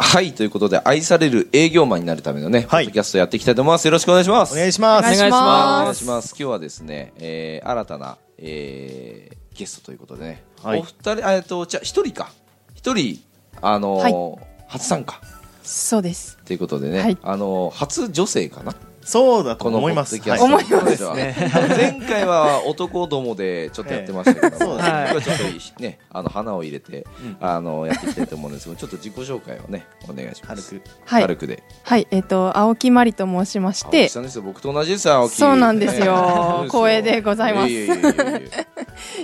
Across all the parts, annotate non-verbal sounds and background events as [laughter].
はい、ということで、愛される営業マンになるためのね、はいポッドキャストやっていきたいと思います。よろしくお願いします。お願いしますお願いしおま願いします。今日はですね、えー新たな、えーゲストということでね、はいお二人、あえっと、じゃあ一人か。一人、あのー初参加そうです。ということでね、はいあのー初女性かな。そうだとこの思いますポッドキャスト思いますに関しては前回は男どもでちょっとやってましたけ [laughs] ども、え今え日はいはちょっとね、あの花を入れて、あのやっていきたいと思うんですけど、ちょっと自己紹介をね、お願いしま軽す。くはい。軽くで。はい、えっ、と、青木まりと申しまし青木て、さんですよ僕と同じですよ、青木。そうなんですね [laughs] そうよですよ光栄でございますやややいやいや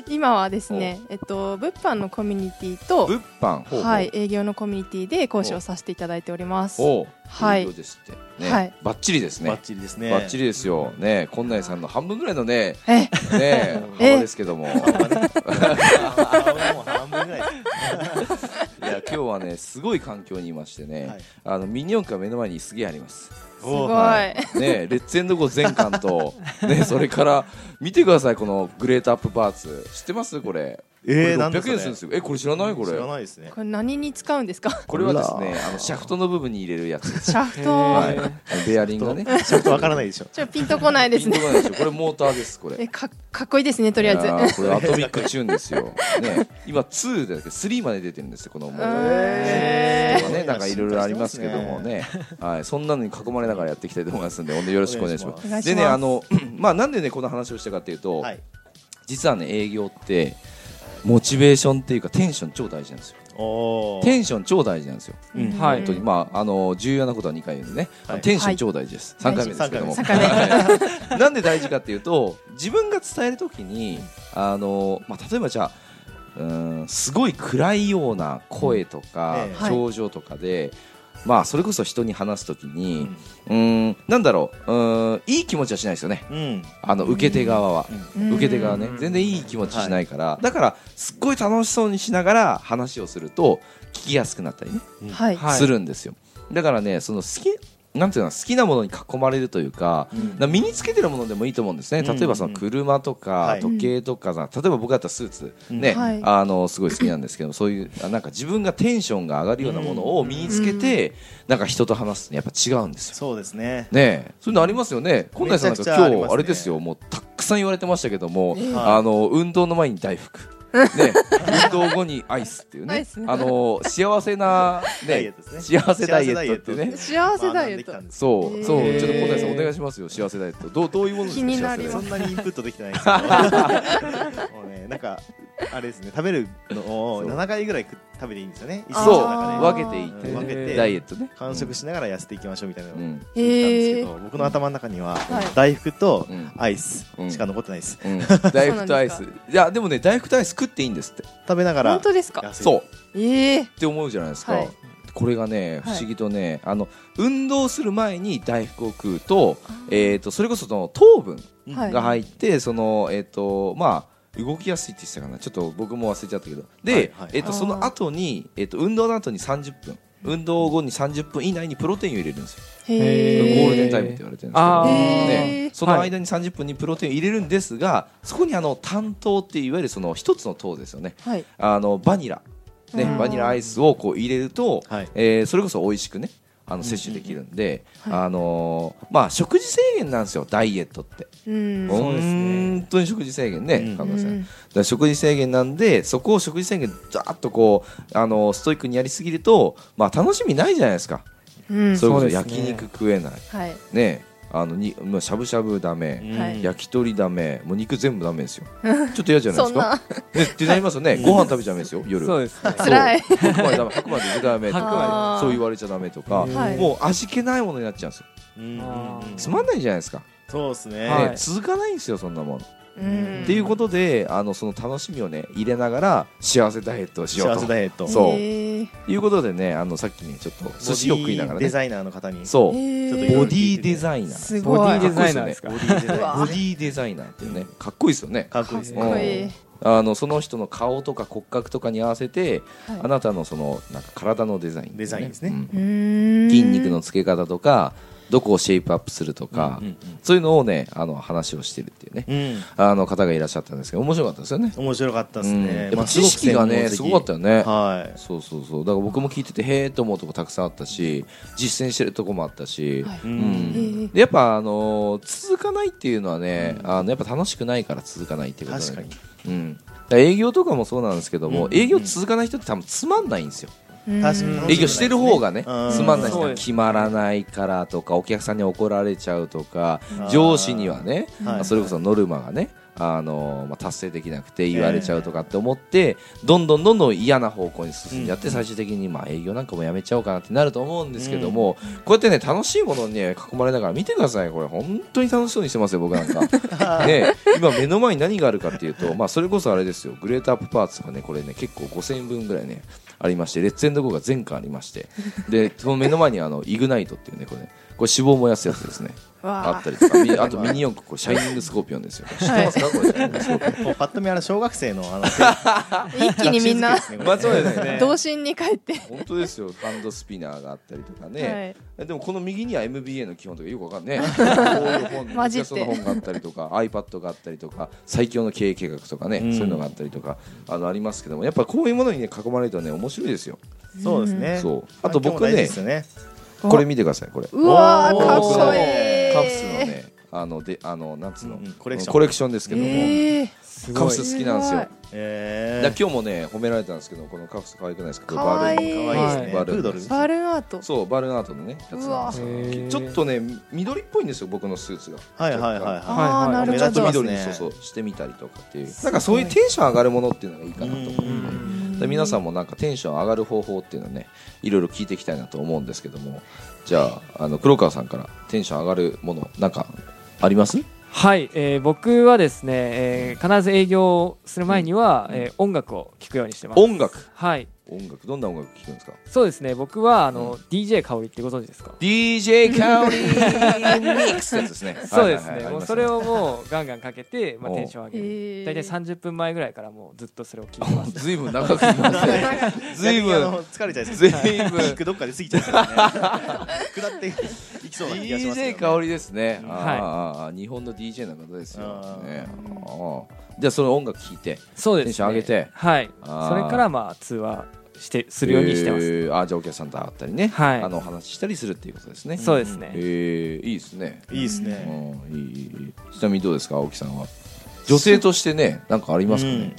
今はですね、えっ、と、物販のコミュニティと、物販ほうほうはい、営業のコミュニティで講師をさせていただいております。おうはい営業ですってね、はいバッチリですねバッチリですねバッチリですよねこんなにさんの半分ぐらいのねえ、 [laughs] ねえ幅ですけどもいあもう半分ぐら [laughs] いや今日はねすごい環境にいましてね、はいあのミニ四駆が目の前にすげえありますすごい。おーねレッツエンドゴー全巻 [laughs] とねそれから見てくださいこのグレートアップパーツ知ってますこれえこーれなんだそ600円れするんですよえこれ知らないこれ知らないですねこれ何に使うんです [laughs] かこれはですねあのシャフトの部分に入れるやつシャフト、はいベアリングがねちょっとわからないで [laughs] しょちょっとピンとこないですピンね。とこないでしょこれモーターですこれえ、かかっこいいですね、とりあえず。いやーこれアトミックチューンですよ。ね、今2だけど3まで出てるんですよこのモーえターはねなんかいろいろありますけどもね、はいそんなのに囲まれながらやっていきたいと思いますんで、ほんでよろしくお願いしまお願いす。しますでねあの [clears throat] まあなんでねこの話をしたかっていうと、はい実はね営業ってモチベーションっていうかテンション超大事なんですよ。おテーンション超大事なんですよ。うんはい本当にまああの重要なことは2回目でね、はいテンション超大事です、三は3い回目ですけども三回目なんで大事かっていうと自分が伝えるときにあの、まあ、例えばじゃあうーんすごい暗いような声とかええはい表情とかで、まあそれこそ人に話すときに、うーんなんだろううーんいい気持ちはしないですよねうんうんあの受け手側は、うん受け手側ねうん全然いい気持ちしないから、だからすっごい楽しそうにしながら話をすると聞きやすくなったりねはい。はいするんですよ、だからねその好きなんていうの好きなものに囲まれるというか,、うん身につけてるものでもいいと思うんですねうん例えばその車とかはい時計とかさ、例えば僕だったらスーツ、ね、うんはいあのすごい好きなんですけどそういうあなんか自分がテンションが上がるようなものを身につけて、なんか人と話すのやっぱ違うんですよ。そうですねねえ、そういうのありますよね。今内さんなんめちゃくちゃかあり今ま日すねあれですよ、もうたくさん言われてましたけども、はいあの運動の前に大福。ね、 [laughs] 運動後にアイスっていうアねイスねあの幸せな、ダイねエットですね幸せダイエットってね幸幸せダイ学んエットできたんですそう、へーそう、ちょっと小谷さんお願いしますよ、幸せダイエット、どう、どういうものですか気になり幸せそダイエッんなにインプットできてない [laughs] んですけどもうねなんかあれですね食べるのをそう7回ぐらい食食べていいんですよね一ト日そう、の中であー分けていってうん分ね、けてダイエットね、完食しながら痩せていきましょうみたいなのうを [laughs] ん、言ったんですへけーど僕の頭の中にははい大福とうんアイスうんしか残ってないですうん、大福とアイス、いや、でもね、大福とアイス食っていいんですって、食べながら本当ですか痩せるそう、っええて思うじゃないですかはい。これがね、不はい思議とね、あの、運動する前に大福を食うと、えっと、それこそその糖分はいが入って、その、えっと、まあ。動きやすいって言ってたかな、ちょっと僕も忘れちゃったけど、ではいはい、えっと、その後に、えっと、運動の後に30分。運動後に30分以内にプロテインを入れるんですよ。へえーゴールデンタイムって言われてるんですけど、あーねへーその間に30分にプロテインを入れるんですが、そこにあの単糖っていわゆるその一つの糖ですよねはい。あのバニラ、ねうん、バニラアイスをこう入れると、はいえーそれこそ美味しくねあの摂取できるんで、うんうんうんあのーまあ、食事制限なんですよダイエットって、うん。うですね本当に食事制限ね、うん神田さんうんだから食事制限なんでそこを食事制限ざーっとこう、あのーストイックにやりすぎると、まあ、楽しみないじゃないですか、うん。それこそそうです焼ね肉食えないはい。ねあのにまあしゃぶしゃぶダメ、うんはい焼き鳥ダメもう肉全部ダメですよちょっと嫌じゃないでそすんかなねってなりますよねご飯食べちゃダメですよ夜そうですそねう辛い白米ダメ白米でダメと白か米そう言われちゃダメとか、はいもう味気ないものになっちゃうんですようんうんうんつまんないじゃないですか、そうですねはいね続かないんですよそんなもの、うんっていうことであのその楽しみをね入れながら幸せダイエットをしよう幸せとダイエットそうへーいうことでねあのさっきねちょっと寿司を食いながらボデねィデザイナーの方にそうへちょっとーボ色々ディデザイナーすボデごいィデザイナーですボかディデザイナうーわボディデザイナーっていうねかっこいいですよねかっこいいですねかっこいいあのその人の顔とか骨格とかに合わせて、はいあなたのそのなんか体のデザイン、デザインですねうんうーん筋肉のつけ方とかどこをシェイプアップするとか、うんうんうんそういうのをねあの話をしてるっていうね、うんあの方がいらっしゃったんですけど面白かったですよね。面白かったですうんねやっ。ぱ知識がねすごかったよね。はい。そうそうそうだから僕も聞いててへえと思うとこたくさんあったし実践してるとこもあったし、はいううんん。でやっぱ、あのー続かないっていうのはね、あのやっぱ楽しくないから続かないっていうことだ確よかねに。うん、だから営業とかもそうなんですけども、うん営業続かない人って多分つまんないんですよ、うん確かに営業してる方がねうんつまんない人そうはです決まらないからとかお客さんに怒られちゃうとか上司にはね、はいそれこそノルマがねあのーまあ、達成できなくて言われちゃうとかって思って、どんどんどんどん嫌な方向に進んじゃって、うん最終的にまあ営業なんかもやめちゃおうかなってなると思うんですけども、こうやってね楽しいものに、ね、囲まれながら見てくださいこれ本当に楽しそうにしてますよ僕なん [laughs] かね今目の前に何があるかっていうと、まあ、それこそあれですよグレートアップパーツとかねこれね結構5000円分ぐらいねありましてレッツエンドゴーが全巻ありましてでその目の前にあのイグナイトっていうねこれねこれ脂肪燃やすやつですねわあったりとかみあとミニ四駆こうシャイニングスコーピオンですよ知ってますかこれもうパッと見あの小学生の [laughs] あの一気にみんなまあそうですね童心に帰って、本当ですよハンドスピナーがあったりとかはね、い、でもこの右には MBA の基本とかよくわかん [laughs] ないねこういう本混じってその本があったりとか iPad があったりとか最強の経営計画とかね、うんそういうのがあったりとかあのありますけどもやっぱこういうものに、ね、囲まれるとね面白いですよ、 [laughs] そうですね。そうあと僕環境も大事でねすよね。これ見てくださいこれうわーかっ僕のこいいカフスのねあのであの夏の、うんうんコレクションコレクションですけども、えー、すカフス好きなんですよすごいえだかえら今日もね褒められたんですけどこのカフス可愛くないですかかわいいバルーン可愛いですね。プバルーンードル。バルーンアートそうバルーンアートのねやつなんですようわちょっとね緑っぽいんですよ僕のスーツがはいはいはい若干はああはいなはいる目ほ立ちょちっまどすとね緑にそうそうしてみたりとかっていうなんかそういうテンション上がるものっていうのがいいかなと思ううんでんで皆さんもなんかテンション上がる方法っていうのねいろいろ聞いていきたいなと思うんですけどもじゃああの黒川さんからテンション上がるものなんかありますはい、えー僕はですね、えー必ず営業をする前には、えー音楽を聴くようにしてます。音楽はい、音楽どんな音楽聴くんですかそうですね。僕はあの、DJ 香織ってご存知ですか？ DJ カオリーミックスってやつですねそうですはいはいね。はいもうそれあをもうガンガンかけ [laughs] て、まあおうテンション上げる。えー大体30分前ぐらいからもうずっとそれを聞いてまりますすね。 [laughs] ずいぶん長く言いますねずい逆にあぶんの疲れちゃいそうずでいすね。ぶピんークどっかで過ぎちゃいそうですね。下っていきそうな気がしますけどね。 DJ 香りですね。んあはいあああ日本の DJ の方ですよ。あーね、ああじゃあその音楽聴いて。 [laughs] そうです、ね。テンション上げてはい。あーそれからまあ通話してするようにしてます。えーあじゃあお客さんと会ったりね、はいあのお話ししたりするっていうことですね。そうですね。えーいいですね。いいですうね。んいいいいいいちなみにどうですか青木さんは。女性としてねなんかありますかね。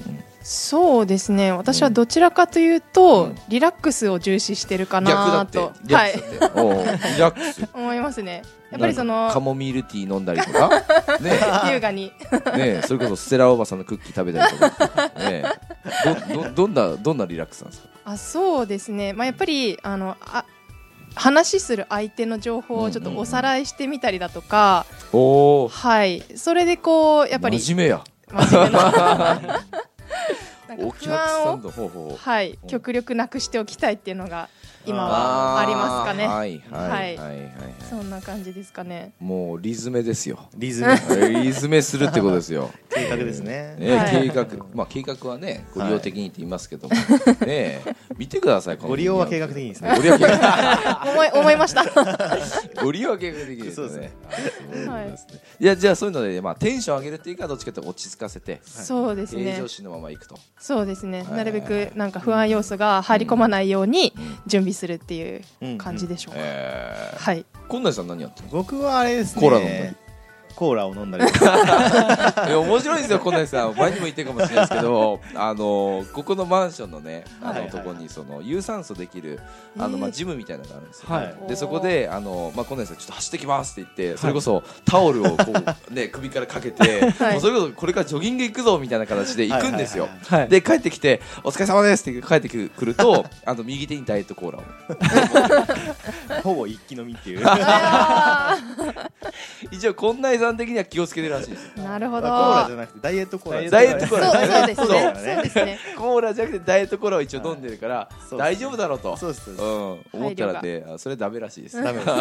そうですね私はどちらかというと、うんリラックスを重視してるかうん逆だなってとリラはッいクスだって。おうリラック [laughs] ス。思いますねやっぱりそなんかカのモミールティー飲んだりと [laughs] かね。優雅ねにえそれこそステラおばさんのクッキー食べたりとか、ねえ、どどどんなどんなリラックスなんですかあそうですね、まあ、やっぱりあのあ話しする相手の情報をちょっうんうんとうんおさらいしてみたりだとか、おおはいそれでこうやっぱり真面目や真面目ななん [laughs] おか客不安さんを、の方法はい、極力なくしておきたいっていうのが今はありますかね、はいはいはいはい、はいそんな感じですかねもうリズメですよリズムリズメするってことです [laughs] よ計画ですね。ねえ、は計い画まあ計画はねご利用的にって言いますけども、ねえ見てくださいこのご利用は計画的にですねご利用は計画思い思いました [laughs] ご利用は計画的ですそうよですねねははいいそうですねいやじゃあそういうのでまあテンション上げるっていうかどっちかっていうと落ち着かせてそうです平ね常心のまま行くとそうですねはいなるべくなんか不安要素が入り込まないように準備するっていう感じでしょうか、えーはいこんなりさん何やってる僕はあれですね。コーラ飲んだりコーラを飲んだのり。いや面白いですよこんなりさん前にも言ってるかもしれないですけどあのここのマンションのねあはいのはいとこにその有酸素できるあのまあジムみたいなのがあるんですよ、はいでそこであの、まあ、こんなりさんちょっと走ってきますって言ってそれこそタオルをこう、ね、首からかけて、はいもうそれこそこれからジョギング行くぞみたいな形で行くんですよはいはいはい。で帰ってきて「お疲れ様です」って帰ってくるとあの右手にダイエットコーラをほぼ一気飲みっていう。あ一応こんなりさん的には気をつけてるらしいですーなるほコーラどじゃなくてダイエットコーラダイエットコーそうラそうですねそうそうですねコーラじゃなくてダイエットコーラを一応飲んでるから、そう大丈夫だろうとそうですそううでん、思ったらで、あそれダメらしいですす。ダメですね。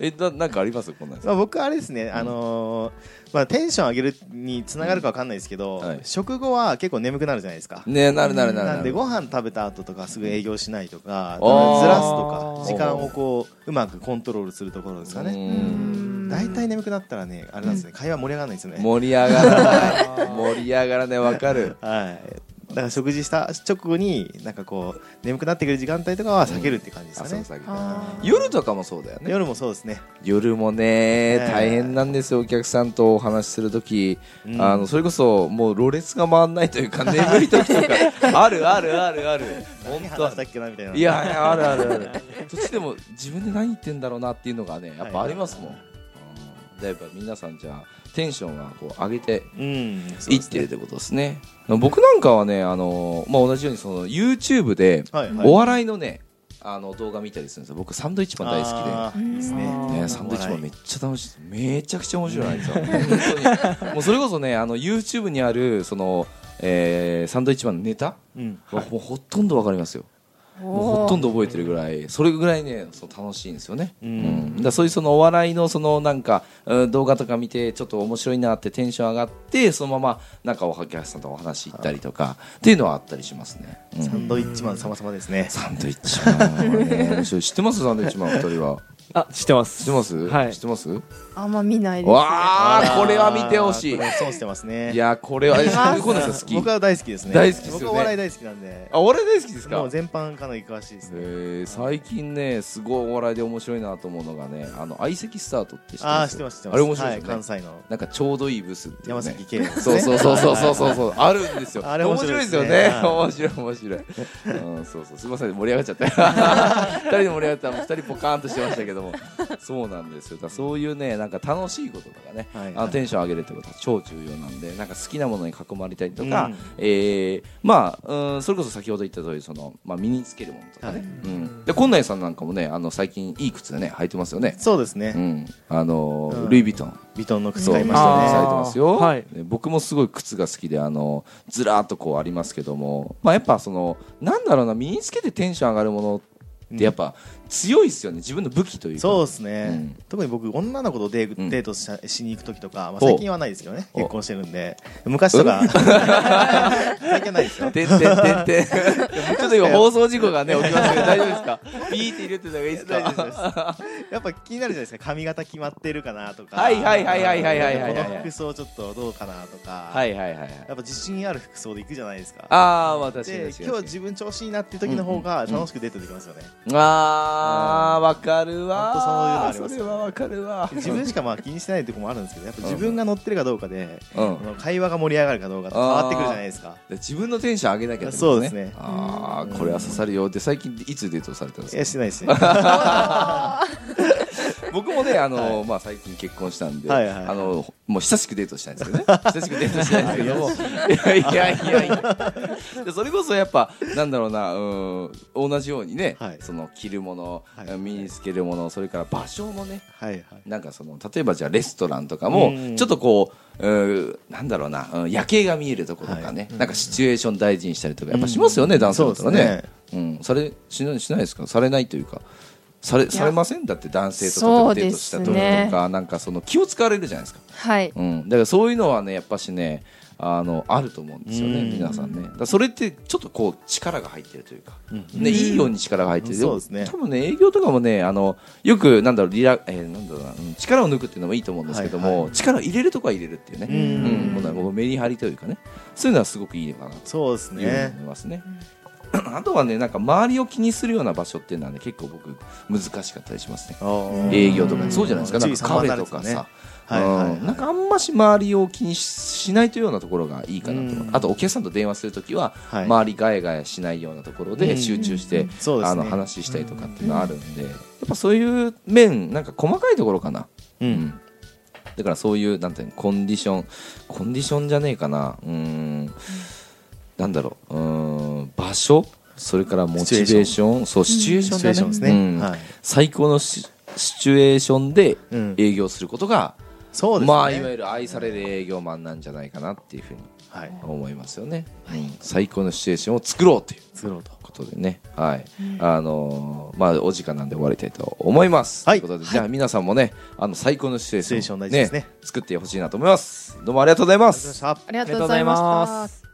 えななんかありますこんなんですまあ僕はあれですねあのーまあ、テンション上げるにつながるかわかんないですけど、はい食後は結構眠くなるじゃないですか。ねなるなるなるなんるでご飯食べた後とかすぐ営業しないとかあーずらすとか時間をこううまくコントロールするところですかねうん大体眠くなったらねあれなんですね会話盛り上がらないですようんね盛り上がら [laughs] ない盛り上がらないわかるはいだから食事した直後になんかこう眠くなってくる時間帯とかは避けるって感じですか朝ねの先あー夜とかもそうだよね夜もそうですね夜もねね大変なんですよお客さんとお話しするとき、うんあのそれこそもうろれつが回んないというか眠いときと [laughs] かあるあるあるある本何当話したっけなみたいないいやいやあるあるあ [laughs] るどっちでも自分で何言ってんだろうなっていうのがねやっぱありますもん、はいうんでやっぱ皆さんじゃあテンションはこう上げてうんそういっですてるってことですね僕なんかはねあの、まあ、同じようにその YouTube ではいはいお笑いのねあの動画見たりするんですよ僕サンドイッチマン大好きで。あーいいですあねーね、サンドイッチマンめっちゃ楽しいめちゃくちゃ面白いですよ本当にもうそれこそねあの YouTube にあるその、えーサンドイッチマンのネタうんはもうほとんどわかりますよもうほとんど覚えてるぐらいそれぐらいねそう楽しいんですよね、ううんんだからそういうそのお笑いのそのなんか、うん動画とか見てちょっと面白いなってテンション上がってそのままなんかおはきさんとお話行ったりとかっていうのはあったりしますね、うんサンドイッチマン様々ですねサンドイッチマンは [laughs] ね面白い知ってますサンドイッチマンお二人はあ知ってます知ってます、はい知ってますあんま見ないですわらあこれは見てほしこれい損してますねいやこれは見ますこんなん好き僕は大好きですね大好きですよね僕はお笑い大好きなんであ俺大好きですもかう全般かなり詳しいですねえー最近ねすごいお笑いで面白いなと思うのがねあの相席スタートって知ってあまあ知すってます知ってますあれ面白いはでいすよね関西のなんかちょうどいいブスっていうね山崎圭ですねそうそうそうそうそうそうそうあるんですよあれ面白いですね面白いですよね面白い面白いうんそうそうすみません盛り上がっちゃった [laughs] 二人で盛り上がったら二人ポカーンとしてましたけどもそうなんですよだからそういうねなんか楽しいこととかねはいあのテンション上げるってことは超重要なんでなんか好きなものに囲まれたりとうかんえーまあうんそれこそ先ほど言った通りそのまあ身につけるものとかはいねうんで近内さんなんかもねあの最近いい靴ね履いてますよねそうですうねんあのうんルイ・ヴィトンビトンの靴そう買いままししたねたさねれてますよ、はいね僕もすごい靴が好きであのずらーっとこうありますけども、まあ、やっぱそのなんだろうな身につけてテンション上がるものってやっぱ強いですよね自分の武器というかそうすですねうん特に僕女の子とデうんーデートししに行く時とかまあほう最近はないですけどね結婚してるんで昔とか [laughs] 最近はないで [laughs] すよてんてんてんてんちょっと今放送事故がね起きますけど大丈夫です [laughs] かピーって入れてた方がいいです大丈夫かですやっぱ気になるじゃないですか髪型決まってるかなとかはいはいはいはいはいはいはいはいこの服装ちょっとどうかなとかはいはいはいはいやっぱ自信ある服装で行くじゃないですかああまあ確かにで確かに今日自分調子いいなって時の方が楽しくデートできますよね、あーわかるわほんとそういうのありそますよねれはわかるわ自分しかまあ気にしてないとこもあるんですけどやっぱ自分が乗ってるかどうかで、うんあの会話が盛り上がるかどうかって変わってくるじゃないですかで自分のテンション上げなきゃってこそとうですねああこれは刺さるよで最近いつデートされたんですいかやしてないです [laughs] ね僕もねあの、まあ、最近結婚したんで、はいはいはいあのもう久しくデートしたいん [laughs] ですけどね久しくデートしたいんですけどもいやいやいやいやでそれこそやっぱなんだろうなうん同じようにね、はいその着るもの、はい身につけるものそれから場所もねはいはいなんかその例えばじゃあレストランとかもうんちょっとこううんなんだろうなうん夜景が見えるところとかね、なんかシチュエーション大事にしたりとかやっぱしますよね、うん男性だったらそうねですうん、されしないしないですかされないというかされされませんだって男性そとう例えばデーでトしすたね時とか、なんかその気を使われるじゃないですか、はいうん、だからそういうのはねやっぱしねあのあると思うんですよね、うん皆さんねだからそれってちょっとこう力が入ってるというか、ね、いいように力が入ってる、うんそうですね多分ね営業とかもねあのよくなんだろうリラ、えーなんだろうなうん力を抜くっていうのもいいと思うんですけども、はい力を入れるとこは入れるっていうね、うんこのこうメリハリというかねそういうのはすごくいいのかなとそうですいうふうにね思いますね。 [clears throat] あとはねなんか周りを気にするような場所っていうのはね結構僕難しかったりしますね。あー営業とかそうじゃないですかうなんんかカフェとか注意散漫なんさで。はいはいはいうんなんかあんまし周りを気にししないというようなところがいいかなと思う、うんあとお客さんと電話するときは、はい周りガヤガヤしないようなところうでん集中して、そうですあねの話したりとかっていうのはあるんで、やっぱそういう面なんか細かいところかな、うんだからそういうなんていうのコンディションコンディションじゃねえかなうーんなんだろううーん場所それからモチベーションそうシチュエーションシチュエーションですねうんはい最高のシシチュエーションでうん営業することがそうですね。まあいわゆる愛される営業マンなんじゃないかなっていうふうにはい。思いますよね、うん最高のシチュエーションを作ろうという作ろうと。ことでねはい、あのーまあお時間なんで終わりたいと思います、はいということでじゃあ皆さんもねあの最高のシチュエーションシチュエーション大事ですね作ってほしいなと思いますどうもありがとうございますありがとうございました。ありがとうございました。